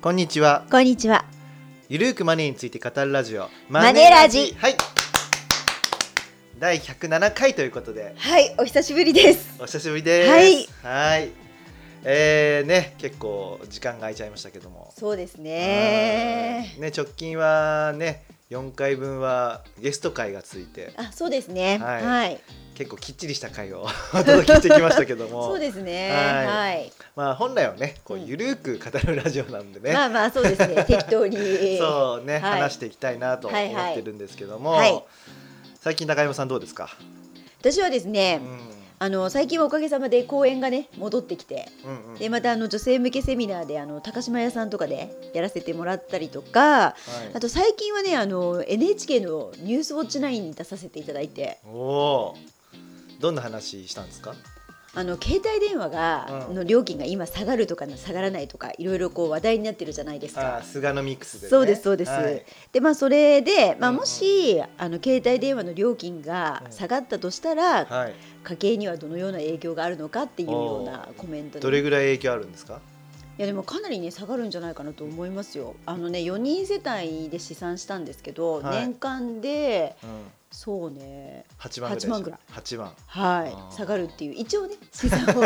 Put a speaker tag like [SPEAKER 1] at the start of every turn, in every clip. [SPEAKER 1] こんにちは。
[SPEAKER 2] こんにちは。
[SPEAKER 1] ゆるーくマネーについて語るラジオ。
[SPEAKER 2] マネラジ
[SPEAKER 1] はい。第107回ということで、
[SPEAKER 2] はい、お久しぶりです。
[SPEAKER 1] お久しぶりです。はい。はい。えー、ね、結構時間が空いちゃいましたけども。
[SPEAKER 2] そうですね
[SPEAKER 1] はい。ね、直近はね、4回分はゲスト回がついて、
[SPEAKER 2] あ、そうですね。
[SPEAKER 1] は
[SPEAKER 2] はいい。
[SPEAKER 1] 結構きっちりした回を お届けしてきましたけども。
[SPEAKER 2] そうですね。
[SPEAKER 1] はい
[SPEAKER 2] はい。
[SPEAKER 1] まあ本来はね、こう
[SPEAKER 2] うん
[SPEAKER 1] ゆるーく語るラジオなんでね。
[SPEAKER 2] まあまあそうです ね。適当に。
[SPEAKER 1] そうね、
[SPEAKER 2] はい
[SPEAKER 1] 話していきたいなと思
[SPEAKER 2] はいはい
[SPEAKER 1] ってるんですけども、
[SPEAKER 2] はい
[SPEAKER 1] 最近中山さんどうですか、
[SPEAKER 2] 私はです
[SPEAKER 1] う
[SPEAKER 2] ね、
[SPEAKER 1] ん
[SPEAKER 2] あの最近はおかげさまで公演がね戻ってきて。
[SPEAKER 1] うんうん
[SPEAKER 2] でまたあの女性向けセミナーであの高島屋さんとかでやらせてもらったりとか
[SPEAKER 1] はい
[SPEAKER 2] あと最近はねあの NHK の「ニュースウォッチ9」に出させていただいて
[SPEAKER 1] おおどんな話したんですか
[SPEAKER 2] あの携帯電話が、
[SPEAKER 1] うん
[SPEAKER 2] の料金が今下がるとかな下がらないとかいろいろこう話題になってるじゃないです
[SPEAKER 1] あ
[SPEAKER 2] か
[SPEAKER 1] ー。菅のミックスで、ね、
[SPEAKER 2] そうですそうです
[SPEAKER 1] はい
[SPEAKER 2] でまあそれで、まあ、
[SPEAKER 1] うんうん
[SPEAKER 2] もし、あの携帯電話の料金が
[SPEAKER 1] うん
[SPEAKER 2] 下がったとしたら、
[SPEAKER 1] はい
[SPEAKER 2] 家計にはどのような影響があるのかっていうような
[SPEAKER 1] おー
[SPEAKER 2] コメント
[SPEAKER 1] ど
[SPEAKER 2] で、
[SPEAKER 1] れぐらい影響あるんですか
[SPEAKER 2] いやでもかなりね下がるんじゃないかなと思いますよ。あのね4人世帯で試算したんですけど、
[SPEAKER 1] はい
[SPEAKER 2] 年間で
[SPEAKER 1] うん
[SPEAKER 2] そうね
[SPEAKER 1] 八万ぐらいでしょ
[SPEAKER 2] 八万ぐらい
[SPEAKER 1] 八万
[SPEAKER 2] は
[SPEAKER 1] あー
[SPEAKER 2] い、下がるっていう一応ね資産 を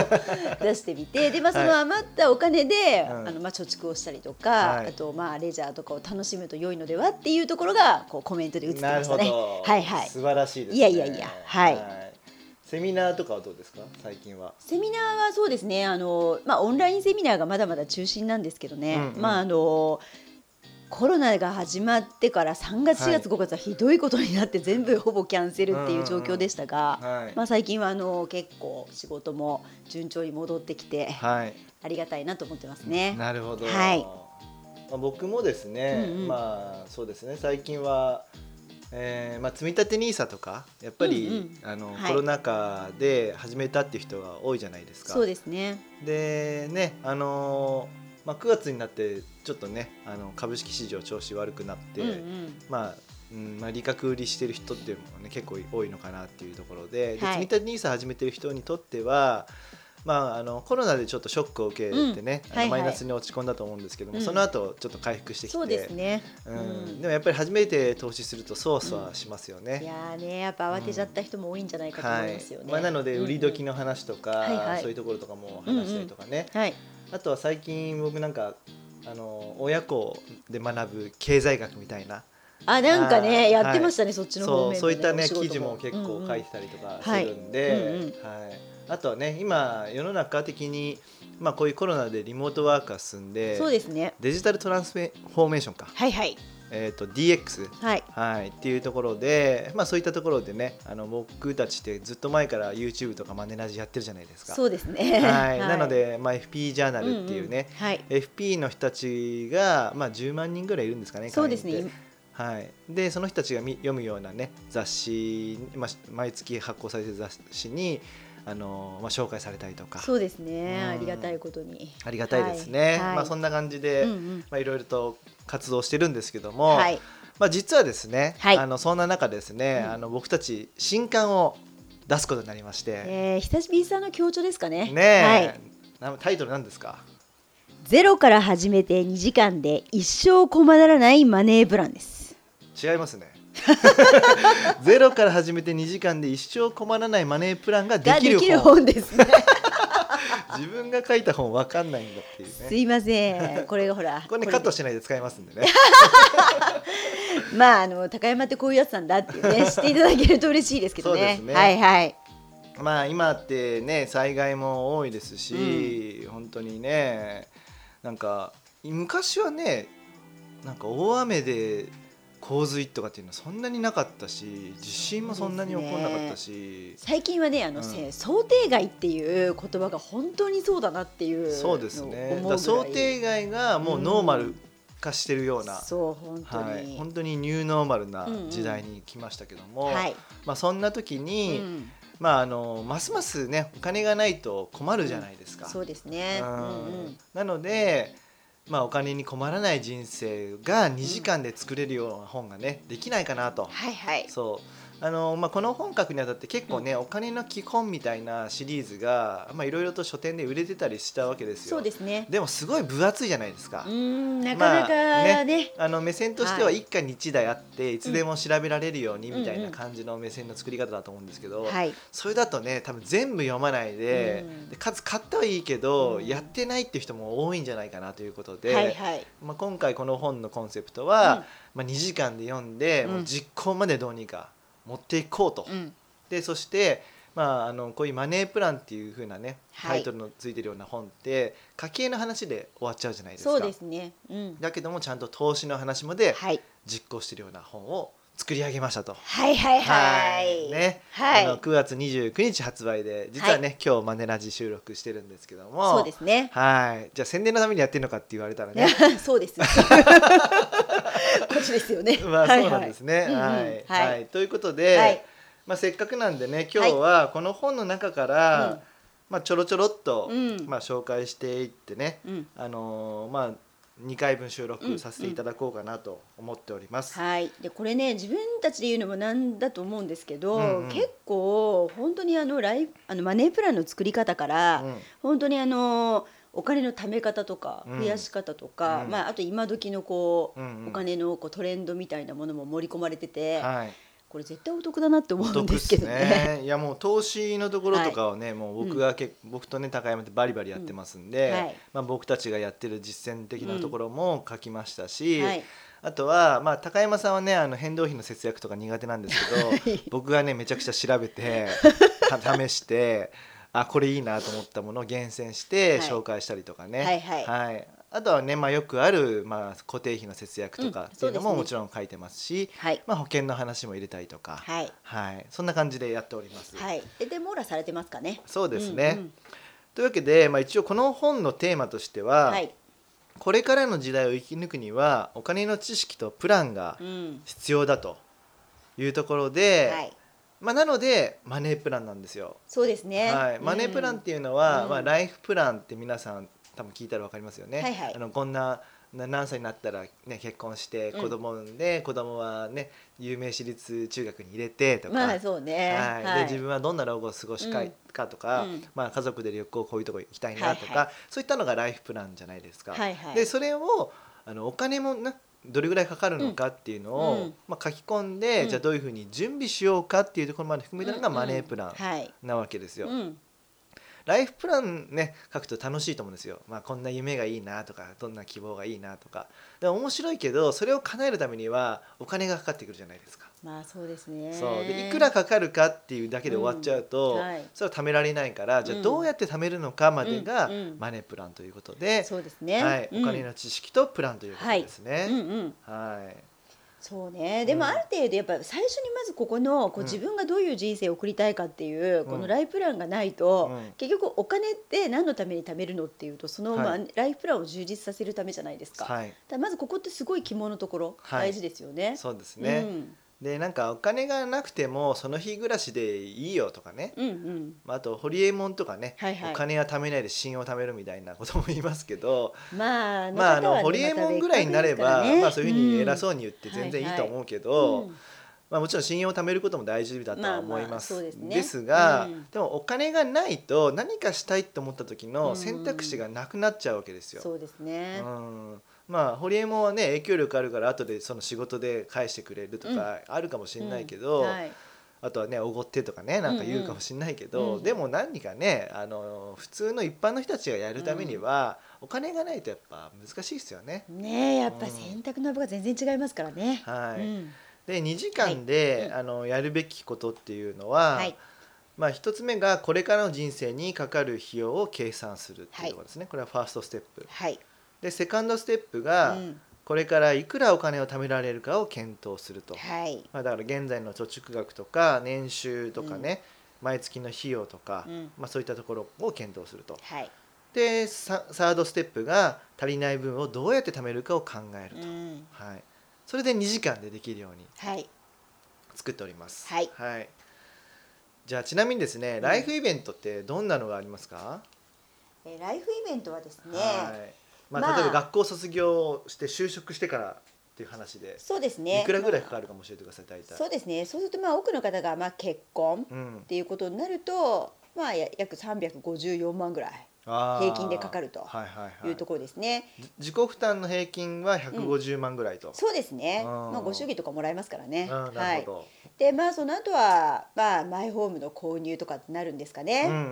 [SPEAKER 2] 出してみてで、まあ、そ
[SPEAKER 1] は
[SPEAKER 2] の
[SPEAKER 1] い
[SPEAKER 2] 余ったお金で、
[SPEAKER 1] うん
[SPEAKER 2] あのまあ、貯蓄をしたりとか、
[SPEAKER 1] はい
[SPEAKER 2] あとまあレジャーとかを楽しむと良いのではっていうところがこうコメントで映ってましたね。はいはい、
[SPEAKER 1] 素晴らしいです、ね、
[SPEAKER 2] いやいやいやはい
[SPEAKER 1] セミナーとかはどうですか最近は
[SPEAKER 2] セミナーはそうですねあの、まあ、オンラインセミナーがまだまだ中心なんですけどね、
[SPEAKER 1] うんうん
[SPEAKER 2] まああのコロナが始まってから3月
[SPEAKER 1] はい
[SPEAKER 2] 4月5月はひどいことになって全部ほぼキャンセルっていう状況でしたが、
[SPEAKER 1] はい、
[SPEAKER 2] まあ、最近はあの結構仕事も順調に戻ってきて、
[SPEAKER 1] はい
[SPEAKER 2] ありがたいなと思ってますね。
[SPEAKER 1] なるほど。
[SPEAKER 2] はい
[SPEAKER 1] まあ、僕もですね、
[SPEAKER 2] うんうん
[SPEAKER 1] まあそうですね最近は、えーまあ、積み立て NISA とかやっぱり、
[SPEAKER 2] うん
[SPEAKER 1] あの
[SPEAKER 2] はい
[SPEAKER 1] コロナ禍で始めたっていう人が多いじゃないですか。
[SPEAKER 2] そうですね。
[SPEAKER 1] でねあのーまあ、9月になってちょっとねあの株式市場調子悪くなって、
[SPEAKER 2] うんうん
[SPEAKER 1] まあうんまあ、利確売りしてる人っていうのもね結構多いのかなっていうところで,、
[SPEAKER 2] はい
[SPEAKER 1] で積み立て NISA 始めてる人にとっては、まあ、あのコロナでちょっとショックを受けてね、
[SPEAKER 2] うん
[SPEAKER 1] あの
[SPEAKER 2] はいはい
[SPEAKER 1] マイナスに落ち込んだと思うんですけども、
[SPEAKER 2] うん
[SPEAKER 1] その後ちょっと回復してきて
[SPEAKER 2] そうですね。
[SPEAKER 1] う
[SPEAKER 2] うんん
[SPEAKER 1] でもやっぱり初めて投資するとそわそわしますよ
[SPEAKER 2] い
[SPEAKER 1] ね。
[SPEAKER 2] やーね、やっぱ慌てちゃった人も多いんじゃないかと
[SPEAKER 1] は
[SPEAKER 2] 思い
[SPEAKER 1] い
[SPEAKER 2] ますよね。
[SPEAKER 1] まあ、なので売り時
[SPEAKER 2] の。
[SPEAKER 1] の話とか、
[SPEAKER 2] はいはい
[SPEAKER 1] そういうところとかも話したりとかね、
[SPEAKER 2] はい。
[SPEAKER 1] あとは最近僕なんかあの親子で学ぶ経済学みたいな
[SPEAKER 2] あ、なんか
[SPEAKER 1] はい
[SPEAKER 2] ね、やってましたね、そっちの方面
[SPEAKER 1] そ
[SPEAKER 2] で
[SPEAKER 1] うそういっ
[SPEAKER 2] ね。
[SPEAKER 1] た
[SPEAKER 2] お
[SPEAKER 1] ね
[SPEAKER 2] 仕事
[SPEAKER 1] 記事も結構書いて。たりとかするんで、
[SPEAKER 2] はいうんうん
[SPEAKER 1] はいあとはね今世の中的に、まあ、こういうコロナでリモートワークが進ん
[SPEAKER 2] うんうん
[SPEAKER 1] で
[SPEAKER 2] そうですね。
[SPEAKER 1] デジタルトランスフォーメーションか、
[SPEAKER 2] はいはい。
[SPEAKER 1] えー、と DX、
[SPEAKER 2] はい。
[SPEAKER 1] はい、っていうところで、まあ、そういったところでねあの僕たちってずっと前から YouTube とかマネラジやってるじゃないですか。
[SPEAKER 2] そうですね。
[SPEAKER 1] はい、なの。で、まあ、FP ジャーナルっていうね、
[SPEAKER 2] んん。はい。
[SPEAKER 1] FP の人たちが、まあ、10万人ぐらいいるんですかね
[SPEAKER 2] そうです
[SPEAKER 1] 会員って
[SPEAKER 2] ね。
[SPEAKER 1] はい、でその人たちがみ読むような、ね、雑誌、まあ、し毎月発行されてる雑誌にあの、まあ、紹介されたりとか
[SPEAKER 2] そうです
[SPEAKER 1] うん
[SPEAKER 2] ね。ありがたいことに。
[SPEAKER 1] ありがたいですね、
[SPEAKER 2] はい
[SPEAKER 1] まあ、そんな感じ
[SPEAKER 2] う
[SPEAKER 1] で、
[SPEAKER 2] んうん。
[SPEAKER 1] まあ、いろいろと活動してるんですけども、
[SPEAKER 2] はい。
[SPEAKER 1] まあ、実はですね、
[SPEAKER 2] はい
[SPEAKER 1] あのそんな中ですね、
[SPEAKER 2] うん
[SPEAKER 1] あの僕たち新刊を出すことになりまして、
[SPEAKER 2] えー、久しぶりさんの強調ですかね。
[SPEAKER 1] ねえ、
[SPEAKER 2] はい。
[SPEAKER 1] なタイトルなんですか
[SPEAKER 2] ゼロから始めて2時間で一生困らないマネープランです。
[SPEAKER 1] 違いますね ゼロから始めて2時間で一生困らないマネープランがで
[SPEAKER 2] が
[SPEAKER 1] き
[SPEAKER 2] で
[SPEAKER 1] る
[SPEAKER 2] きる
[SPEAKER 1] 本
[SPEAKER 2] 本ですね。
[SPEAKER 1] 自分が書いた本わかんないんだっていうね
[SPEAKER 2] すいません。これがほら、
[SPEAKER 1] これね
[SPEAKER 2] こ
[SPEAKER 1] カ
[SPEAKER 2] れ
[SPEAKER 1] ットしないで使いますんでね。
[SPEAKER 2] まああの高山ってこういうやつなんだっていうね、知っていただけると嬉しいですけど
[SPEAKER 1] そうで
[SPEAKER 2] ね
[SPEAKER 1] す。ね
[SPEAKER 2] はいはい。
[SPEAKER 1] まあ今ってね災害も多いですし、本当にねなんか昔はねなんか大雨で洪水とかっていうのはそんなになかったし地震もそんなに起こらなかったし。
[SPEAKER 2] 最近はね、あ
[SPEAKER 1] う
[SPEAKER 2] の、
[SPEAKER 1] ん
[SPEAKER 2] せ想定外っていう言葉が本当にそうだなっていうのを思
[SPEAKER 1] そううです
[SPEAKER 2] ぐら
[SPEAKER 1] ね
[SPEAKER 2] い
[SPEAKER 1] だから想定外がもうノーマル化してるような、
[SPEAKER 2] そう本当に。
[SPEAKER 1] はい、本当にニューノーマルな時代に来ましたけども、
[SPEAKER 2] はい。
[SPEAKER 1] まあ、そんな時
[SPEAKER 2] う
[SPEAKER 1] に、
[SPEAKER 2] ん
[SPEAKER 1] まあ、あのますますねお金がないと困るじゃないですか。
[SPEAKER 2] そうですね。う
[SPEAKER 1] うん
[SPEAKER 2] んうん。
[SPEAKER 1] なので、まあ、お金に困らない人生が2時間で作れるような本がねできないかなと、
[SPEAKER 2] はいはい。
[SPEAKER 1] そうあのまあ、この本格にあたって結構ね、お金の基本みたいなシリーズがまあいろいろと書店で売れてたりしたわけですよ
[SPEAKER 2] そうですね。
[SPEAKER 1] でもすごい分厚いじゃないですか、
[SPEAKER 2] うーん、なかなかね。
[SPEAKER 1] まああの目線としては
[SPEAKER 2] はい
[SPEAKER 1] 一家に一台あっていつでも調べられるようにみたい
[SPEAKER 2] うんう
[SPEAKER 1] なん感じの目線の作り方だと思うんですけど、
[SPEAKER 2] はい。
[SPEAKER 1] それだとね多分全部読まないで,、
[SPEAKER 2] うん
[SPEAKER 1] でかつ買ったはいいけど、
[SPEAKER 2] うん
[SPEAKER 1] やってないっていう人も多いんじゃないかなということで、
[SPEAKER 2] はいはい。
[SPEAKER 1] まあ、今回この本のコンセプトは、まあ、2時間で読んで、
[SPEAKER 2] うん
[SPEAKER 1] もう実行までどうにか持っていこうと。
[SPEAKER 2] うん。
[SPEAKER 1] でそして、まあ、あのこういう「マネープラン」っていう風なね
[SPEAKER 2] は
[SPEAKER 1] タ
[SPEAKER 2] い
[SPEAKER 1] イトルのついてるような本って家計の話で終わっちゃうじゃないですか。
[SPEAKER 2] そうですね。うん。
[SPEAKER 1] だけどもちゃんと投資の話まで
[SPEAKER 2] はい。
[SPEAKER 1] 実行しているような本を作り上げましたと。
[SPEAKER 2] はいはいはい。
[SPEAKER 1] ね、
[SPEAKER 2] はい
[SPEAKER 1] あの9月29日発売で実はね、今日マネラジ収録してるんですけども
[SPEAKER 2] そうですね。
[SPEAKER 1] はいじゃあ宣伝のためにやってるのかって言われたらね
[SPEAKER 2] そうです。こっちですよね。
[SPEAKER 1] まあそうなんですね。
[SPEAKER 2] はいはい
[SPEAKER 1] はい
[SPEAKER 2] うんうんはい
[SPEAKER 1] はいということで、
[SPEAKER 2] はい
[SPEAKER 1] まあ、せっかくなんでね今日はこの本の中から、
[SPEAKER 2] うん
[SPEAKER 1] まあ、ちょろちょろっと、
[SPEAKER 2] うん
[SPEAKER 1] まあ、紹介していってね、
[SPEAKER 2] はい。うん。
[SPEAKER 1] あのーまあ、2回分収
[SPEAKER 2] うん
[SPEAKER 1] 録させていただこうかなと思っております。
[SPEAKER 2] はい、でこれね自分たちで言うのもなんだと思うんですけど、
[SPEAKER 1] うんうん
[SPEAKER 2] 結構本当にあのライフあのマネープランの作り方から、
[SPEAKER 1] うん
[SPEAKER 2] 本当にあのお金の貯め方とか
[SPEAKER 1] うん
[SPEAKER 2] 増やし方とか、
[SPEAKER 1] うん
[SPEAKER 2] まあ、あと今時のこう、
[SPEAKER 1] うんうん
[SPEAKER 2] お金のこうトレンドみたいなものも盛り込まれてて、
[SPEAKER 1] はい、
[SPEAKER 2] これ絶対お得だなって思
[SPEAKER 1] お
[SPEAKER 2] うん
[SPEAKER 1] 得
[SPEAKER 2] で
[SPEAKER 1] っ
[SPEAKER 2] すけ
[SPEAKER 1] す
[SPEAKER 2] どね。
[SPEAKER 1] ね。いやもう投資のところとかをね、もう僕がけ、僕とね高山ってバリバリやってますんで、
[SPEAKER 2] うんはい
[SPEAKER 1] まあ僕たちがやってる実践的なところも書きましたし、
[SPEAKER 2] はい、
[SPEAKER 1] あとは、まあ、高山さんはねあの変動費の節約とか苦手なんですけど僕がねめちゃくちゃ調べ てた試してあこれいいなと思ったものを厳選して
[SPEAKER 2] はい
[SPEAKER 1] 紹介したりとかね、
[SPEAKER 2] はいはい
[SPEAKER 1] あとはね、まあ、よくある、まあ、固定費の節約とか
[SPEAKER 2] うん
[SPEAKER 1] っていうの
[SPEAKER 2] そうです
[SPEAKER 1] も
[SPEAKER 2] ね
[SPEAKER 1] もちろん書いてますし、
[SPEAKER 2] はい
[SPEAKER 1] まあ、保険の話も入れたりとか、
[SPEAKER 2] はい
[SPEAKER 1] はいそんな感じでやっております。
[SPEAKER 2] はい、えで網羅されてますかね。
[SPEAKER 1] そうですね、
[SPEAKER 2] うんうん
[SPEAKER 1] というわけで、まあ、一応この本のテーマとしては、
[SPEAKER 2] はい、
[SPEAKER 1] これからの時代を生き抜くにはお金の知識とプランが
[SPEAKER 2] うん、
[SPEAKER 1] 必要だというところで、
[SPEAKER 2] はい、
[SPEAKER 1] まあ、なのでマネープランなんですよ、
[SPEAKER 2] そうですね。
[SPEAKER 1] はい、
[SPEAKER 2] うん
[SPEAKER 1] マネープランっていうのは、
[SPEAKER 2] うん
[SPEAKER 1] まあ、ライフプランって皆さん多分聞いたら分かりますよね。
[SPEAKER 2] はいはい
[SPEAKER 1] あのこんなな何歳になったら、ね、結婚して
[SPEAKER 2] うん
[SPEAKER 1] 子供産んで、子供はね有名私立中学に入れてとか、
[SPEAKER 2] まあそうね。
[SPEAKER 1] はいで自分はどんな老後を過ごしたいかとか、
[SPEAKER 2] うん
[SPEAKER 1] まあ、家族で旅行こういうとこ行きたいなとか、
[SPEAKER 2] はいは
[SPEAKER 1] そういったのがライフプランじゃないですか。
[SPEAKER 2] はいはい
[SPEAKER 1] でそれをあのお金もなどれぐらいかかるのかっていうのを、
[SPEAKER 2] うんうん
[SPEAKER 1] まあ、書き込んで、
[SPEAKER 2] うん
[SPEAKER 1] じゃあどういうふうに準備しようかっていうところまで含めたのが
[SPEAKER 2] うんうん
[SPEAKER 1] マネープラ
[SPEAKER 2] はい。
[SPEAKER 1] ンなわけですよ。
[SPEAKER 2] うん
[SPEAKER 1] ライフプランね書くと楽しいと思うんですよ、まあ、こんな夢がいいなとかどんな希望がいいなとかで面白いけどそれを叶えるためにはお金がかかってくるじゃないですか。
[SPEAKER 2] まあそうですね。
[SPEAKER 1] そうでいくらかかるかっていうだけで終わっちゃうと、
[SPEAKER 2] うんはい
[SPEAKER 1] それは貯められないからじゃ
[SPEAKER 2] う
[SPEAKER 1] あ
[SPEAKER 2] ん
[SPEAKER 1] どうやって貯めるのかまでが
[SPEAKER 2] うんうん
[SPEAKER 1] マネープランということで、
[SPEAKER 2] そうですね。
[SPEAKER 1] はい、
[SPEAKER 2] うん
[SPEAKER 1] お金の知識とプランということです
[SPEAKER 2] うん
[SPEAKER 1] ね。
[SPEAKER 2] うん。
[SPEAKER 1] はい
[SPEAKER 2] そうね。で
[SPEAKER 1] う
[SPEAKER 2] も
[SPEAKER 1] ん
[SPEAKER 2] ある程度やっぱ最初にまずここの
[SPEAKER 1] う
[SPEAKER 2] こうん自分がどういう人生を送りたいかっていうこ
[SPEAKER 1] う
[SPEAKER 2] の
[SPEAKER 1] ん
[SPEAKER 2] ライフプランがないと
[SPEAKER 1] うん
[SPEAKER 2] 結局お金って何のために貯めるのっていうとそのま
[SPEAKER 1] は
[SPEAKER 2] あライフプランを充実させるためじゃないですか。だか
[SPEAKER 1] はい、
[SPEAKER 2] らまずここってすごい肝のところ
[SPEAKER 1] はい
[SPEAKER 2] 大事ですよね。
[SPEAKER 1] そうですね、でなんかお金がなくてもその日暮らしでいいよとかね、
[SPEAKER 2] うん。うんうん。
[SPEAKER 1] まあ、あとホリエモンとかね、
[SPEAKER 2] はいはい
[SPEAKER 1] お金は貯めないで信用を貯めるみたいなことも言いますけど、
[SPEAKER 2] まあ
[SPEAKER 1] まあ、あ
[SPEAKER 2] 方
[SPEAKER 1] の
[SPEAKER 2] はね
[SPEAKER 1] ホリエモンぐらいになれ
[SPEAKER 2] ま
[SPEAKER 1] ば、
[SPEAKER 2] た別ですからね
[SPEAKER 1] まあ、そういうふうに偉
[SPEAKER 2] う
[SPEAKER 1] そうに言って全然いいと思うけど、
[SPEAKER 2] んうん
[SPEAKER 1] まあ、もちろん信用を貯めることも大事だと
[SPEAKER 2] まあ
[SPEAKER 1] は
[SPEAKER 2] まあ
[SPEAKER 1] 思います,、
[SPEAKER 2] そうですね
[SPEAKER 1] が、
[SPEAKER 2] うん
[SPEAKER 1] でもお金がないと何かしたいと思った時
[SPEAKER 2] う
[SPEAKER 1] の
[SPEAKER 2] ん
[SPEAKER 1] 選択肢がなくなっちゃうわけですよ。
[SPEAKER 2] そうですね。
[SPEAKER 1] うんまあ、ホリエモンはね影響力あるから後でその仕事で返してくれるとかあるかもしれないけど、
[SPEAKER 2] うんはい
[SPEAKER 1] あとはねおごってとかねなんか言うかもしれないけど、
[SPEAKER 2] うんうん
[SPEAKER 1] でも何かねあの普通の一般の人たちがやるためには、お金がないとやっぱ難しいですよね。
[SPEAKER 2] ねえやっぱ
[SPEAKER 1] うん
[SPEAKER 2] 選択の幅が全然違いますからね。
[SPEAKER 1] はい
[SPEAKER 2] うん
[SPEAKER 1] で2時間で、
[SPEAKER 2] は
[SPEAKER 1] あのやるべきことっていうのは、
[SPEAKER 2] はい
[SPEAKER 1] まあ、1つ目がこれからの人生にかかる費用を計算するっていうところですね、これはファーストステップ
[SPEAKER 2] はい。
[SPEAKER 1] でセカンドステップが
[SPEAKER 2] うん
[SPEAKER 1] これからいくらお金を貯められるかを検討すると、
[SPEAKER 2] はい。
[SPEAKER 1] まあ、だから現在の貯蓄額とか年収とかね、毎月の費用とか、
[SPEAKER 2] うん
[SPEAKER 1] まあ、そういったところを検討すると
[SPEAKER 2] はい。
[SPEAKER 1] でさサードステップが足りない分をどうやって貯めるかを考える
[SPEAKER 2] う
[SPEAKER 1] と、
[SPEAKER 2] ん
[SPEAKER 1] はい、それで2時間でできるように
[SPEAKER 2] はい。
[SPEAKER 1] 作っております
[SPEAKER 2] はい
[SPEAKER 1] じゃあちなみにですね、
[SPEAKER 2] ん
[SPEAKER 1] ライフイベントってどんなのがありますか、
[SPEAKER 2] えーライフイベントはですね。
[SPEAKER 1] はいまあ、
[SPEAKER 2] まあ
[SPEAKER 1] 例えば学校卒業して就職してからっていう話で、
[SPEAKER 2] そうですね
[SPEAKER 1] いくらぐらいかかるかも教えてください大体
[SPEAKER 2] そうですねそうするとまあ多くの方がまあ結婚
[SPEAKER 1] うん
[SPEAKER 2] っ、ていうことになるとまあや約354万ぐらい
[SPEAKER 1] あー
[SPEAKER 2] 平均でかかると
[SPEAKER 1] はいはいはい、
[SPEAKER 2] いうところですね、
[SPEAKER 1] じ自己負担の平均は150万ぐらいと、
[SPEAKER 2] そうですね、
[SPEAKER 1] うん
[SPEAKER 2] まあご祝儀とかもらえますからね、
[SPEAKER 1] あーな
[SPEAKER 2] は
[SPEAKER 1] る
[SPEAKER 2] い
[SPEAKER 1] ほど、
[SPEAKER 2] でまあその後はまあマイホームの購入とかってなるんですかね、
[SPEAKER 1] うんうんう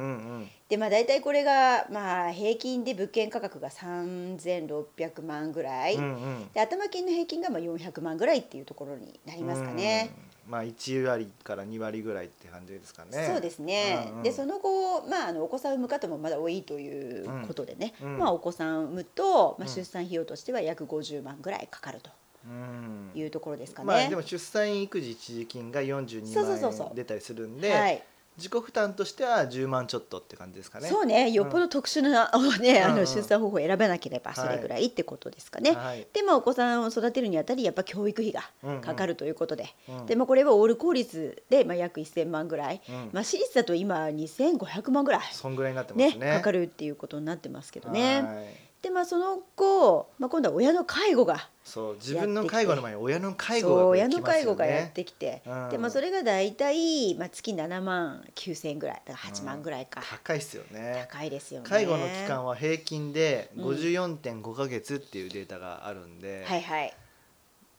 [SPEAKER 1] ん
[SPEAKER 2] でまあ大体これがまあ平均で物件価格が3600万ぐらい、
[SPEAKER 1] うんうん
[SPEAKER 2] で頭金の平均がまあ400万ぐらいっていうところになりますかね。
[SPEAKER 1] うんまあ1割から2割ぐらいって感じですかね
[SPEAKER 2] そうですね、
[SPEAKER 1] うんうん
[SPEAKER 2] でその後、まあ、あのお子さんを産む方もまだ多いということでね、
[SPEAKER 1] うん
[SPEAKER 2] まあ、お子さんを産むと、まあ、
[SPEAKER 1] うん
[SPEAKER 2] 出産費用としては約50万ぐらいかかると
[SPEAKER 1] うん
[SPEAKER 2] いうところですかね。
[SPEAKER 1] まあでも出産育児一時金が42
[SPEAKER 2] そうそうそう
[SPEAKER 1] 万
[SPEAKER 2] そ
[SPEAKER 1] 円
[SPEAKER 2] う
[SPEAKER 1] 出たりするんで
[SPEAKER 2] はい、
[SPEAKER 1] 自己負担としては10万ちょっとって感じですかね
[SPEAKER 2] そうねよっぽど特殊な、あのね
[SPEAKER 1] う
[SPEAKER 2] あ
[SPEAKER 1] んう
[SPEAKER 2] の
[SPEAKER 1] ん
[SPEAKER 2] 出産方法を選べなければそれぐらいってことですかね。
[SPEAKER 1] はい
[SPEAKER 2] でまあお子さんを育てるにあたりやっぱ教育費
[SPEAKER 1] うんうん
[SPEAKER 2] がかかるということで、
[SPEAKER 1] うん
[SPEAKER 2] でまあこれはオール公立で、まあ、約1000万ぐらい、
[SPEAKER 1] うん
[SPEAKER 2] まあ、私立だと今2500万ぐらい、
[SPEAKER 1] そんぐらいになってま
[SPEAKER 2] ね
[SPEAKER 1] すね
[SPEAKER 2] かか
[SPEAKER 1] る
[SPEAKER 2] るっていうことになってますけどね。でまあその後、まあ、今度は親の介護が
[SPEAKER 1] そう自分の介護の前に親の介護
[SPEAKER 2] そう
[SPEAKER 1] が
[SPEAKER 2] 親
[SPEAKER 1] 来ますよ
[SPEAKER 2] の
[SPEAKER 1] ね
[SPEAKER 2] 介護がやってきて、
[SPEAKER 1] うん
[SPEAKER 2] でまあ、それが大体、まあ、月7万9,000円ぐらいだから8万ぐらいか、
[SPEAKER 1] 高いですよね
[SPEAKER 2] 高いですよね。
[SPEAKER 1] 介護の期間
[SPEAKER 2] は
[SPEAKER 1] は平均で
[SPEAKER 2] うん
[SPEAKER 1] 54.5ヶ月っていうデータがあるんで、
[SPEAKER 2] はいはい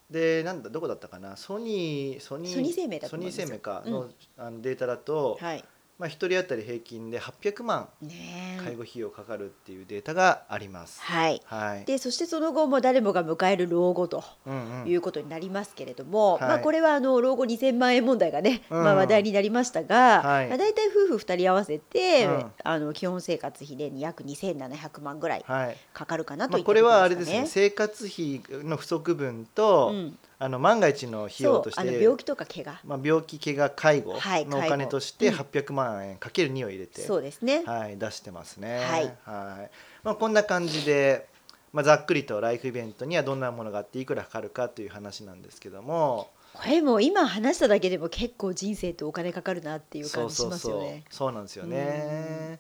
[SPEAKER 1] でなんだどこだったかなソニーソニー
[SPEAKER 2] ソニー生命だと
[SPEAKER 1] ソ
[SPEAKER 2] 思
[SPEAKER 1] ニー
[SPEAKER 2] いますよ
[SPEAKER 1] 生命か
[SPEAKER 2] うん
[SPEAKER 1] の,、あのデータだと、
[SPEAKER 2] はい
[SPEAKER 1] まあ、1人当たり平均で800万
[SPEAKER 2] ねえ
[SPEAKER 1] 介護費用かかるっていうデータがあります。
[SPEAKER 2] はい
[SPEAKER 1] はい、
[SPEAKER 2] でそしてその後も誰もが迎える老後と
[SPEAKER 1] うんうん
[SPEAKER 2] いうことになりますけれども、
[SPEAKER 1] はい
[SPEAKER 2] まあ、これはあの老後2000万円問題がね、
[SPEAKER 1] うん
[SPEAKER 2] まあ、話題になりましたが、
[SPEAKER 1] はい
[SPEAKER 2] まあ、大体夫婦2人合わせて、
[SPEAKER 1] うん
[SPEAKER 2] あの基本生活費で約2700万ぐらい
[SPEAKER 1] はい
[SPEAKER 2] かかるかなと
[SPEAKER 1] まあ、
[SPEAKER 2] いった
[SPEAKER 1] これはあれ
[SPEAKER 2] と
[SPEAKER 1] で
[SPEAKER 2] こ
[SPEAKER 1] すね
[SPEAKER 2] ろ
[SPEAKER 1] 生活費の不足分と、
[SPEAKER 2] うん
[SPEAKER 1] あの万が一の費
[SPEAKER 2] そ
[SPEAKER 1] 用
[SPEAKER 2] う
[SPEAKER 1] とし
[SPEAKER 2] あの
[SPEAKER 1] て
[SPEAKER 2] 病気とか怪我
[SPEAKER 1] まあ、病気怪我介護
[SPEAKER 2] はい
[SPEAKER 1] のお
[SPEAKER 2] 介
[SPEAKER 1] 金
[SPEAKER 2] 護
[SPEAKER 1] として
[SPEAKER 2] うん
[SPEAKER 1] 800万円かける2を入れて、
[SPEAKER 2] そうですね、
[SPEAKER 1] はい、出してますね。
[SPEAKER 2] はい
[SPEAKER 1] はいまあ、こんな感じで、まあ、ざっくりとライフイベントにはどんなものがあっていくらかかるかという話なんですけども
[SPEAKER 2] これもう今話しただけでも結構人生ってお金かかるなっていう
[SPEAKER 1] そ
[SPEAKER 2] 感
[SPEAKER 1] う
[SPEAKER 2] じし
[SPEAKER 1] そう
[SPEAKER 2] ますよ
[SPEAKER 1] そう
[SPEAKER 2] ね。
[SPEAKER 1] そうなんですよね。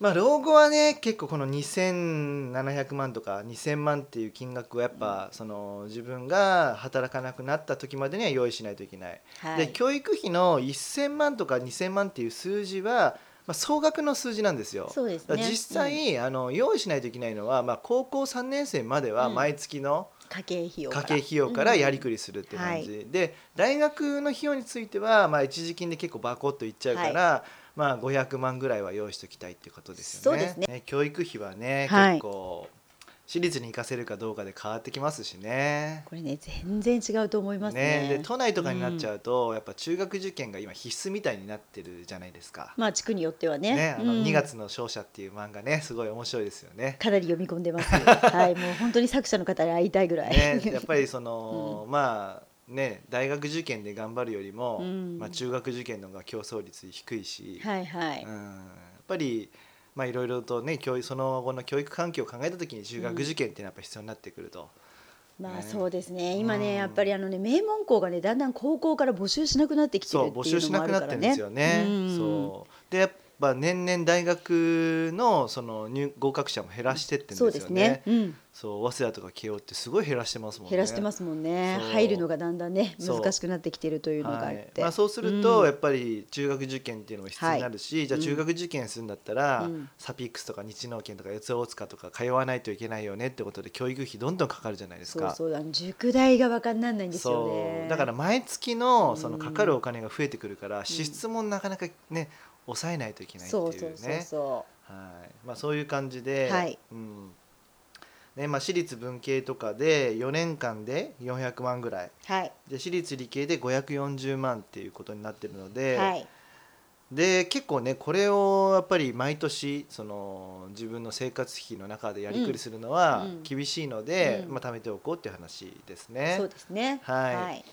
[SPEAKER 1] まあ、老後はね結構この2700万とか2000万っていう金額はやっぱ、その自分が働かなくなった時までには用意しないといけない。
[SPEAKER 2] は
[SPEAKER 1] で
[SPEAKER 2] い、
[SPEAKER 1] 教育費の1000万とか2000万っていう数字は、まあ、総額の数字なんですよ。
[SPEAKER 2] そうです
[SPEAKER 1] だ
[SPEAKER 2] ね
[SPEAKER 1] から実
[SPEAKER 2] うん
[SPEAKER 1] 際、あの用意しないといけないのは、まあ、高校3年生までは
[SPEAKER 2] うん
[SPEAKER 1] 毎月の
[SPEAKER 2] 家計費用か
[SPEAKER 1] 家
[SPEAKER 2] ら
[SPEAKER 1] 計費用からやりくりするって感じ、
[SPEAKER 2] うん
[SPEAKER 1] で大学の費用については、まあ、一時金で結構バコッといっちゃうから、まあ、500万ぐらいは用意しておきたいってことですよね。
[SPEAKER 2] そうですね
[SPEAKER 1] ね教育費はね、
[SPEAKER 2] はい
[SPEAKER 1] 結構私立に行かせるかどうかで変わってきますしね。
[SPEAKER 2] これね全然違うと思いますね
[SPEAKER 1] で都内とかになっちゃうと、やっぱ中学受験が今必須みたいになってるじゃないですか。
[SPEAKER 2] まあ地区によってはね
[SPEAKER 1] ね、あの
[SPEAKER 2] うん
[SPEAKER 1] 2月の勝者っていう漫画ねすごい面白いですよね。
[SPEAKER 2] かなり読み込ん でます。はい、もう本当に作者の方に会いたいぐらい。
[SPEAKER 1] ね、やっぱりその、まあね大学受験で頑張るよりも、
[SPEAKER 2] うん
[SPEAKER 1] まあ、中学受験の方が競争率低いし、
[SPEAKER 2] はいは
[SPEAKER 1] う
[SPEAKER 2] い
[SPEAKER 1] ん、。やっぱり、まあ、いろいろとね教育その後の教育環境を考えた時に中学受験っていうのはやっぱ必要になってくると。
[SPEAKER 2] ま
[SPEAKER 1] ね
[SPEAKER 2] あそうですね。今
[SPEAKER 1] うん
[SPEAKER 2] ねやっぱりあのね名門校がねだんだん高校から募集しなくなってきて
[SPEAKER 1] そう
[SPEAKER 2] るっ
[SPEAKER 1] 募
[SPEAKER 2] てい
[SPEAKER 1] 集
[SPEAKER 2] う
[SPEAKER 1] し
[SPEAKER 2] の
[SPEAKER 1] な
[SPEAKER 2] も
[SPEAKER 1] く
[SPEAKER 2] ある
[SPEAKER 1] な
[SPEAKER 2] か
[SPEAKER 1] って
[SPEAKER 2] ら
[SPEAKER 1] るんです
[SPEAKER 2] ね
[SPEAKER 1] よね。。
[SPEAKER 2] うん
[SPEAKER 1] そうでやっぱ年々大学のその入合格者も減らしてってんです
[SPEAKER 2] そ
[SPEAKER 1] よ
[SPEAKER 2] う
[SPEAKER 1] ね。
[SPEAKER 2] ですね。うん
[SPEAKER 1] そう早稲田とか慶応ってすごい減らしてますもんね。
[SPEAKER 2] 減らしてますもんね
[SPEAKER 1] そう。
[SPEAKER 2] 入るのがだんだんね
[SPEAKER 1] そう
[SPEAKER 2] 難しくなってきてるというのがあっ
[SPEAKER 1] はい
[SPEAKER 2] て。
[SPEAKER 1] まあ、そうすると
[SPEAKER 2] ん
[SPEAKER 1] やっぱり中学受験っていうのも必要になるし、じゃあ中学受験するんだったら、
[SPEAKER 2] うん
[SPEAKER 1] サピックスとか日農研とか四谷大塚とか通わないといけないよねってことで教育費どんどんかかるじゃないです
[SPEAKER 2] そう
[SPEAKER 1] か。
[SPEAKER 2] そうあの塾代がわかんなんないんです
[SPEAKER 1] そ
[SPEAKER 2] よね。
[SPEAKER 1] うだから毎月のそのかかるお金が増えてくるから支出もなかなかね抑えないといけないっていう
[SPEAKER 2] そ
[SPEAKER 1] ね。
[SPEAKER 2] うそうそうそ
[SPEAKER 1] はいまあ、そういう感じで、
[SPEAKER 2] はい。
[SPEAKER 1] うんねまあ、私立文系とかで4年間で400万ぐらいう
[SPEAKER 2] はい
[SPEAKER 1] で私立理系で540万っていうことになってるので、
[SPEAKER 2] はい。
[SPEAKER 1] で結構ねこれをやっぱり毎年その自分の生活費の中でやりくりするのは
[SPEAKER 2] うんうん
[SPEAKER 1] 厳しいので、
[SPEAKER 2] うん
[SPEAKER 1] まあ、貯めておこうっていう話ですね。
[SPEAKER 2] そうですね。
[SPEAKER 1] はい
[SPEAKER 2] はい。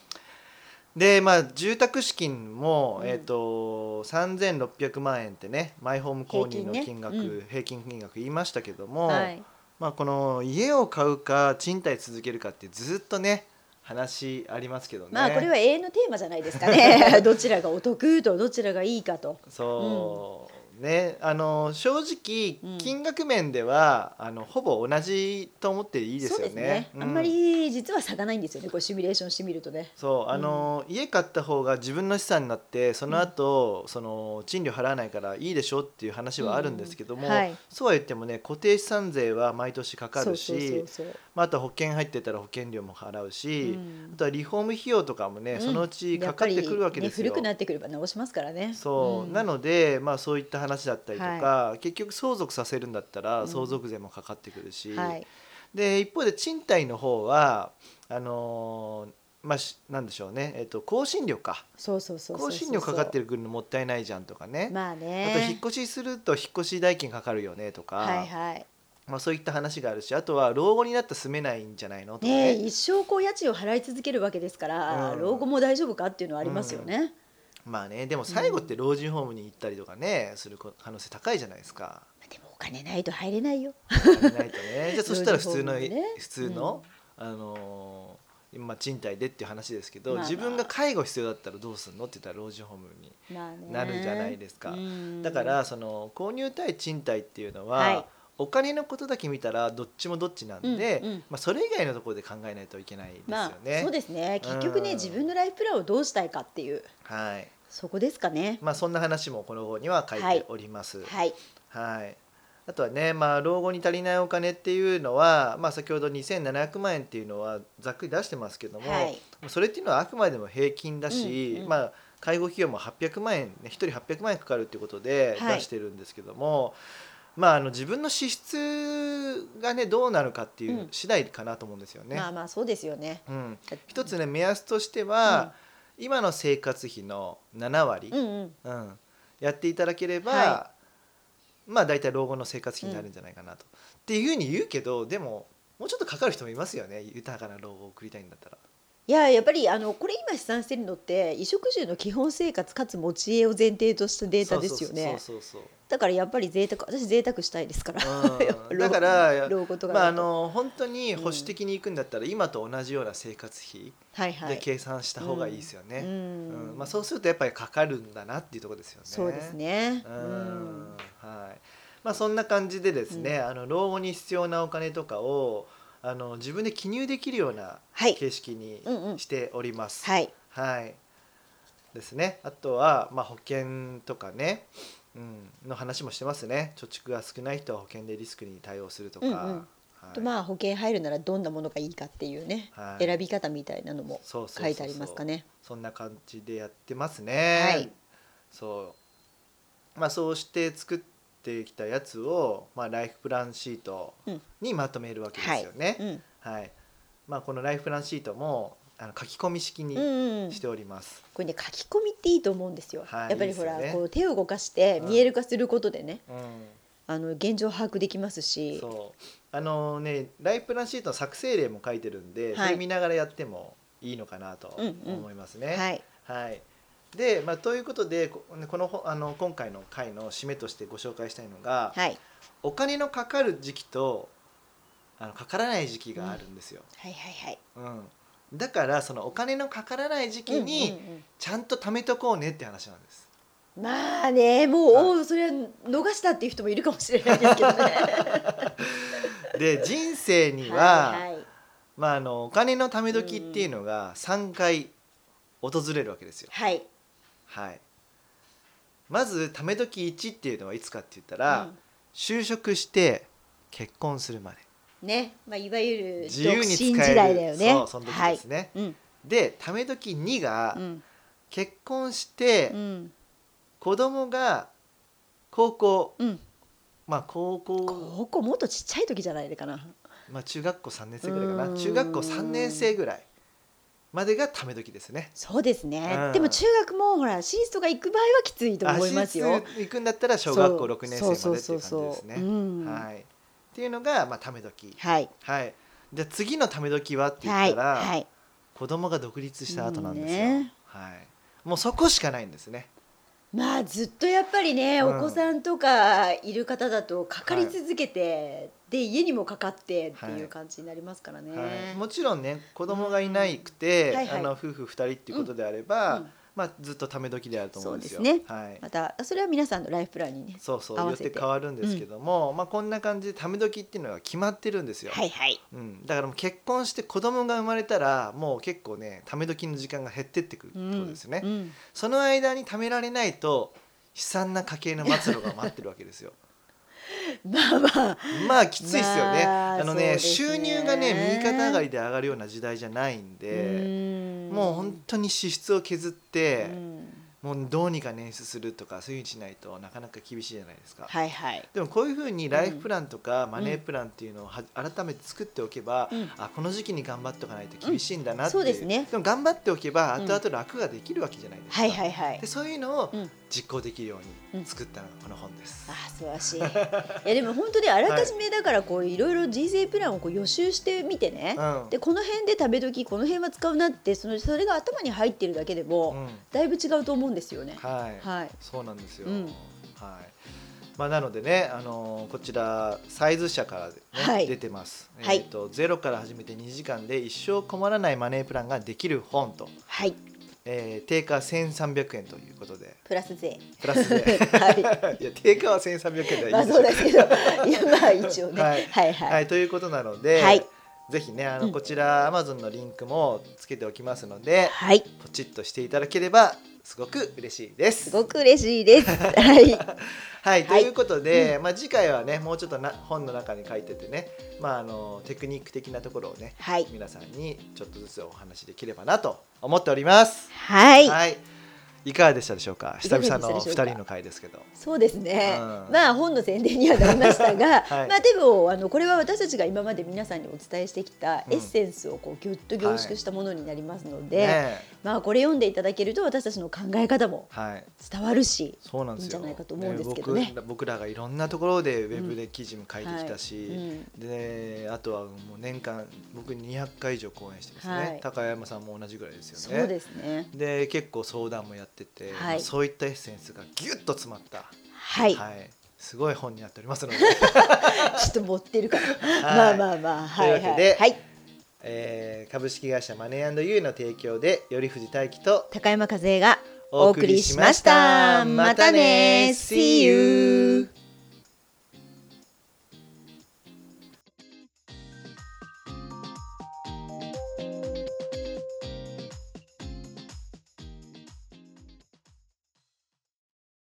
[SPEAKER 1] でまあ住宅資金も、
[SPEAKER 2] うん
[SPEAKER 1] えっ、と3600万円ってねマイホーム購入の
[SPEAKER 2] 平
[SPEAKER 1] 金
[SPEAKER 2] 均ね
[SPEAKER 1] 額平均,、
[SPEAKER 2] う
[SPEAKER 1] 金額言いましたけども、
[SPEAKER 2] はい。
[SPEAKER 1] まあ、この家を買うか賃貸続けるかってずっとね話ありますけどね。
[SPEAKER 2] まあこれは永 遠のテーマじゃないですかねどちらがお得とどちらがいいかと
[SPEAKER 1] そう、ねあの正直
[SPEAKER 2] うん
[SPEAKER 1] 金額面では、あのほぼ同じと思っていいですよ
[SPEAKER 2] そ
[SPEAKER 1] ね
[SPEAKER 2] うですね、
[SPEAKER 1] うん
[SPEAKER 2] あんまり実は差がないんですよねこうシミュレーションしてみるとね
[SPEAKER 1] そうあの、家買った方が自分の資産になってその後、その賃料払わないからいいでしょっていう話はあるんですけども、
[SPEAKER 2] うんはい
[SPEAKER 1] そうは言ってもね固定資産税は毎年かかるし
[SPEAKER 2] そうそうそうそう
[SPEAKER 1] まあ、あとは保険入ってたら保険料も払うし、
[SPEAKER 2] うん
[SPEAKER 1] あとはリフォーム費用とかもね、そのうちかかってくるわけです
[SPEAKER 2] やっぱりね、古
[SPEAKER 1] よ。
[SPEAKER 2] くなってくれば直しますからね
[SPEAKER 1] そう、
[SPEAKER 2] ん
[SPEAKER 1] なので、まあ、そういった話だったりとか、結局相続させるんだったら相続税もかかってくるし、
[SPEAKER 2] はい
[SPEAKER 1] で一方で賃貸の方はあのーまあしなんでしょうね、えっと更新料か
[SPEAKER 2] そうそうそうそう
[SPEAKER 1] 更新料かかって
[SPEAKER 2] る
[SPEAKER 1] るくるのもったいないじゃんとかね、
[SPEAKER 2] まあ
[SPEAKER 1] あ
[SPEAKER 2] ね
[SPEAKER 1] と引っ越しすると引っ越し代金かかるよねとか、
[SPEAKER 2] はいはい
[SPEAKER 1] まあ、そういった話があるしあとは老後になったら住めないんじゃないのとか
[SPEAKER 2] ね
[SPEAKER 1] ね
[SPEAKER 2] え一生こう家賃を払い続けるわけですから、
[SPEAKER 1] うん
[SPEAKER 2] 老後も大丈夫かっていうのはありますよね、
[SPEAKER 1] まあねでも最後って老人ホームに行ったりとかね、する可能性高いじゃないですか。
[SPEAKER 2] でもお金ないと入れないよ
[SPEAKER 1] ないとね。じゃあそしたら普通の、
[SPEAKER 2] 老人ホームね
[SPEAKER 1] 普通の、あのーまあ賃貸でっていう話ですけど、
[SPEAKER 2] まあまあ
[SPEAKER 1] 自分が介護必要だったらどうするのって言ったら老人ホームに。
[SPEAKER 2] まあね
[SPEAKER 1] なるじゃないですか
[SPEAKER 2] うん
[SPEAKER 1] だからその購入対賃貸っていうのは、
[SPEAKER 2] はい
[SPEAKER 1] お金のことだけ見たらどっちもどっちなんで、
[SPEAKER 2] うんうん
[SPEAKER 1] まあそれ以外のところで考えないといけないですよ
[SPEAKER 2] まあ
[SPEAKER 1] ね。
[SPEAKER 2] そうですね結局ね
[SPEAKER 1] うん
[SPEAKER 2] 自分のライフプランをどうしたいかっていう
[SPEAKER 1] はい。
[SPEAKER 2] そこですかね
[SPEAKER 1] まあそんな話もこの方には書いております。
[SPEAKER 2] はい
[SPEAKER 1] はい、あとはね、まあ、老後に足りないお金っていうのは、まあ、先ほど2700万円っていうのはざっくり出してますけども、
[SPEAKER 2] はい
[SPEAKER 1] それっていうのはあくまでも平均だし、
[SPEAKER 2] うんうん
[SPEAKER 1] まあ、介護費用も800万円、ね、1人800万円かかるっていうことで
[SPEAKER 2] はい
[SPEAKER 1] 出してるんですけども。まあ、あの自分の支出がねどうなるかっていううん次第かなと思うんですよね。
[SPEAKER 2] まあまあそうですよね
[SPEAKER 1] うん、一つね目安としては、今の生活費の7割、
[SPEAKER 2] うんうん
[SPEAKER 1] うん、やっていただければ、
[SPEAKER 2] は
[SPEAKER 1] まあ大体老後の生活費になるんじゃないかなと、っていうふうに言うけどでももうちょっとかかる人もいますよね豊かな老後を送りたいんだったら。
[SPEAKER 2] いややっぱりあのこれ今試算してるのって衣食住の基本生活かつ持ち家を前提としたデータですよね
[SPEAKER 1] そうそうそう
[SPEAKER 2] だからやっぱり贅沢私贅沢したいですから
[SPEAKER 1] そう
[SPEAKER 2] やっぱ
[SPEAKER 1] うん、
[SPEAKER 2] 老
[SPEAKER 1] だから
[SPEAKER 2] 老後とかだと
[SPEAKER 1] まあ、あの本当に保守的に行くんだったら、今と同じような生活費
[SPEAKER 2] はいは
[SPEAKER 1] で
[SPEAKER 2] い
[SPEAKER 1] 計算した方がいいですよ
[SPEAKER 2] う
[SPEAKER 1] ね。うん
[SPEAKER 2] ん
[SPEAKER 1] まあ、そうするとやっぱりかかるんだなっていうところですよね。
[SPEAKER 2] そうですね
[SPEAKER 1] うんはいまあ、そんな感じでですね、あの老後に必要なお金とかをあの自分で記入できるような
[SPEAKER 2] はい
[SPEAKER 1] 形式に
[SPEAKER 2] うんうん
[SPEAKER 1] しております。
[SPEAKER 2] はい
[SPEAKER 1] はいですね、あとは、まあ、保険とかね、うん、の話もしてますね貯蓄が少ない人は保険でリスクに対応するとか、
[SPEAKER 2] うんうん
[SPEAKER 1] はい
[SPEAKER 2] あとまあ保険入るならどんなものがいいかっていうね、
[SPEAKER 1] はい
[SPEAKER 2] 選び方みたいなのも
[SPEAKER 1] そうそうそうそう
[SPEAKER 2] 書いてありますかね
[SPEAKER 1] そんな感じでやってますね。
[SPEAKER 2] はい
[SPEAKER 1] そう。まあそうして作ってきたやつをまあライフプランシートにまとめるわけですよね。
[SPEAKER 2] うん
[SPEAKER 1] はい。まあこのライフプランシートもあの書き込み式
[SPEAKER 2] うん
[SPEAKER 1] に
[SPEAKER 2] うんうん
[SPEAKER 1] しております。
[SPEAKER 2] これね書き込みっていいと思うんですよ、
[SPEAKER 1] はい
[SPEAKER 2] やっぱ
[SPEAKER 1] いいで
[SPEAKER 2] り
[SPEAKER 1] す
[SPEAKER 2] ほ
[SPEAKER 1] よ
[SPEAKER 2] ら
[SPEAKER 1] ね
[SPEAKER 2] こう手を動かして
[SPEAKER 1] うん
[SPEAKER 2] 見える化することでね、
[SPEAKER 1] うん。
[SPEAKER 2] あの現状把握できますし
[SPEAKER 1] そう。あのねライフプランシートの作成例も書いてるんで、
[SPEAKER 2] はい
[SPEAKER 1] それ見ながらやってもいいのかなと
[SPEAKER 2] うんうん
[SPEAKER 1] 思いますね。
[SPEAKER 2] はい
[SPEAKER 1] はい。で、まあ、ということでここのほあの今回の回の締めとしてご紹介したいのが、
[SPEAKER 2] はい
[SPEAKER 1] お金のかかる時期とあのかからない時期があるんですよ、
[SPEAKER 2] はいはいはい
[SPEAKER 1] うんだからそのお金のかからない時期
[SPEAKER 2] うん
[SPEAKER 1] に
[SPEAKER 2] うんうん
[SPEAKER 1] ちゃんと貯めとこうねって話なんです、
[SPEAKER 2] まあねもう、
[SPEAKER 1] はい
[SPEAKER 2] おうそれは逃したっていう人もいるかもしれないですけどね
[SPEAKER 1] で人生 には、
[SPEAKER 2] いはい
[SPEAKER 1] まあ、あのお金の貯め時っていうのが3回訪れるわけですよ
[SPEAKER 2] はい
[SPEAKER 1] はいまず貯め時1っていうのはいつかって言ったら、就職して結婚するまで
[SPEAKER 2] うんね、まあ、いわゆる
[SPEAKER 1] 自由に使える
[SPEAKER 2] 独身時代だよね
[SPEAKER 1] そうその時ですね、
[SPEAKER 2] はい、うん
[SPEAKER 1] で貯め時2が、
[SPEAKER 2] うん
[SPEAKER 1] 結婚して、
[SPEAKER 2] うん
[SPEAKER 1] 子供が高校
[SPEAKER 2] うん
[SPEAKER 1] まあ高校、
[SPEAKER 2] 高校もっとちっちゃい時じゃないかな
[SPEAKER 1] まあ、中学校3年生ぐらいか
[SPEAKER 2] うー
[SPEAKER 1] なん中学校3年生ぐらいまでがため時ですね。
[SPEAKER 2] そうですね、
[SPEAKER 1] うん
[SPEAKER 2] でも中学もほら新卒が行く場合はきついと思います
[SPEAKER 1] あ
[SPEAKER 2] よ
[SPEAKER 1] 私立行くんだったら小学校
[SPEAKER 2] そう
[SPEAKER 1] 6年生までってい
[SPEAKER 2] そ
[SPEAKER 1] うう
[SPEAKER 2] そう
[SPEAKER 1] 感じ
[SPEAKER 2] そう
[SPEAKER 1] で
[SPEAKER 2] そ
[SPEAKER 1] す
[SPEAKER 2] う
[SPEAKER 1] ね。
[SPEAKER 2] うんはい
[SPEAKER 1] はい、っていうのが、まあ、ため時。
[SPEAKER 2] はい
[SPEAKER 1] はい、じゃあ次のため時はって言
[SPEAKER 2] は
[SPEAKER 1] っ
[SPEAKER 2] い
[SPEAKER 1] たら、
[SPEAKER 2] はい
[SPEAKER 1] 子供が独立した後なんですよ。
[SPEAKER 2] うんね
[SPEAKER 1] はい、もうそこしかないんですね。
[SPEAKER 2] まあずっとやっぱりね、
[SPEAKER 1] うん
[SPEAKER 2] お子さんとかいる方だとかかり続けて、で家にもかかってっていう感じになりますからね、
[SPEAKER 1] はい、もちろんね子供がいなくて、
[SPEAKER 2] うんはいはい
[SPEAKER 1] あの夫婦2人っていうことであれば、
[SPEAKER 2] うん
[SPEAKER 1] ままあ、ずっとため時であると思うんですよ。
[SPEAKER 2] そうです
[SPEAKER 1] はい
[SPEAKER 2] またそれは皆さんのライフプランにね
[SPEAKER 1] そうそう
[SPEAKER 2] 合わ
[SPEAKER 1] よっ
[SPEAKER 2] せて
[SPEAKER 1] て変わるんですけども、まあ、こんな感じでため時っていうのが決まってるんですよ、
[SPEAKER 2] はいはい
[SPEAKER 1] うん、だからもう結婚して子供が生まれたらもう結構ねため時の時間が減ってってくるってことですよね、
[SPEAKER 2] うん
[SPEAKER 1] その間にためられないと悲惨な家計の末路が待ってるわけ ですよ
[SPEAKER 2] まあまあ
[SPEAKER 1] まあきついですよね、
[SPEAKER 2] まあ
[SPEAKER 1] あのね
[SPEAKER 2] そうです
[SPEAKER 1] 収
[SPEAKER 2] ね
[SPEAKER 1] 入がね右肩上がりで上がるような時代じゃないんで、もう本当に支出を削っ
[SPEAKER 2] 当
[SPEAKER 1] て、
[SPEAKER 2] うん、
[SPEAKER 1] もうどうにか捻出するとかそういうふうにしないとなかなか厳しいじゃないですか、
[SPEAKER 2] はいはい
[SPEAKER 1] でもこういうふうにライフプランとかマネープランっていうのをは改めて作っておけば、
[SPEAKER 2] うん
[SPEAKER 1] あこの時期に頑張っておかないと厳しいんだなってい
[SPEAKER 2] うんそうですね
[SPEAKER 1] でも頑張っておけば
[SPEAKER 2] うん
[SPEAKER 1] 後々楽ができるわけじゃないですか、
[SPEAKER 2] はいはいはい
[SPEAKER 1] でそういうのを
[SPEAKER 2] うん
[SPEAKER 1] 実行できるよう
[SPEAKER 2] うん
[SPEAKER 1] に作ったのがこの本です。
[SPEAKER 2] ああ素晴らしいいやでも本当にあらかじめだからこういろいろ人生プランをこう予習してみてね、
[SPEAKER 1] うん
[SPEAKER 2] でこの辺で食べ時この辺は使うなってそのそれが頭に入ってるだけで
[SPEAKER 1] う
[SPEAKER 2] も、
[SPEAKER 1] ん
[SPEAKER 2] だいぶ違うと思うんですよね。
[SPEAKER 1] はい、
[SPEAKER 2] はい、
[SPEAKER 1] そうなんですよ、
[SPEAKER 2] うん
[SPEAKER 1] はいまあ、なのでね、あのーこちらサイズ社から、ね
[SPEAKER 2] はい
[SPEAKER 1] 出てます、
[SPEAKER 2] はい
[SPEAKER 1] えー、とゼロから始めて2時間で一生困らないマネープランができる本と、
[SPEAKER 2] はい、
[SPEAKER 1] えー定価1300円ということで
[SPEAKER 2] プラス税。
[SPEAKER 1] プラス で
[SPEAKER 2] はい
[SPEAKER 1] や定価は1300円で
[SPEAKER 2] い、ま
[SPEAKER 1] はいい
[SPEAKER 2] あ
[SPEAKER 1] で
[SPEAKER 2] そ
[SPEAKER 1] すよ
[SPEAKER 2] うですけど、いやまあ一応ね、
[SPEAKER 1] は
[SPEAKER 2] はいい、はい、
[SPEAKER 1] はい、ということなので、
[SPEAKER 2] はい
[SPEAKER 1] ぜひねあ
[SPEAKER 2] う
[SPEAKER 1] の
[SPEAKER 2] ん
[SPEAKER 1] こちら Amazon のリンクもつけておきますので、
[SPEAKER 2] はい、
[SPEAKER 1] ポチッとしていただければすごく嬉しいです。
[SPEAKER 2] すごく嬉しいです。はい、
[SPEAKER 1] はい、と
[SPEAKER 2] はい
[SPEAKER 1] いうことで、まあ、次回はねもうちょっとな本の中に書いててね、まあ、あのテクニック的なところをね
[SPEAKER 2] はい、
[SPEAKER 1] 皆さんにちょっとずつお話しできればなと思っております。
[SPEAKER 2] はい、
[SPEAKER 1] い、いかがでしたでしょうか
[SPEAKER 2] い
[SPEAKER 1] 久
[SPEAKER 2] かがでし
[SPEAKER 1] 々
[SPEAKER 2] たでしょう
[SPEAKER 1] の
[SPEAKER 2] か
[SPEAKER 1] 2人の回ですけど。
[SPEAKER 2] そうですね、
[SPEAKER 1] うん
[SPEAKER 2] まあ本の宣伝にはなりましたが、
[SPEAKER 1] はい
[SPEAKER 2] まあでもあのこれは私たちが今まで皆さんにお伝えしてきた
[SPEAKER 1] うん
[SPEAKER 2] エッセンスをこうぎゅっと凝縮したものになりますので、
[SPEAKER 1] ねえ
[SPEAKER 2] まあこれ読んでいただけると私たちの考え方も
[SPEAKER 1] はい
[SPEAKER 2] 伝わるし、
[SPEAKER 1] そうなんですよ
[SPEAKER 2] いいんじゃないかと思うんですけどね
[SPEAKER 1] 僕ら僕らがいろんなところでウェブで記事も書いてきたし、
[SPEAKER 2] はいうん
[SPEAKER 1] であとはもう年間僕200回以上講演してますね、
[SPEAKER 2] はい
[SPEAKER 1] 高山さんも同じぐらいですよね。
[SPEAKER 2] そうですね。
[SPEAKER 1] で結構相談もやってて、
[SPEAKER 2] はい
[SPEAKER 1] そういったエッセンスがギュッと詰まった、
[SPEAKER 2] はい、
[SPEAKER 1] すごい本になっておりますので、
[SPEAKER 2] ちょっと持ってるから、
[SPEAKER 1] はい
[SPEAKER 2] まあまあまあ、はい
[SPEAKER 1] というわ
[SPEAKER 2] は
[SPEAKER 1] けで
[SPEAKER 2] い、はい、
[SPEAKER 1] えー株式会社マネーユーの提供で頼藤大樹と
[SPEAKER 2] 高山和恵がお送りしました。またね See you!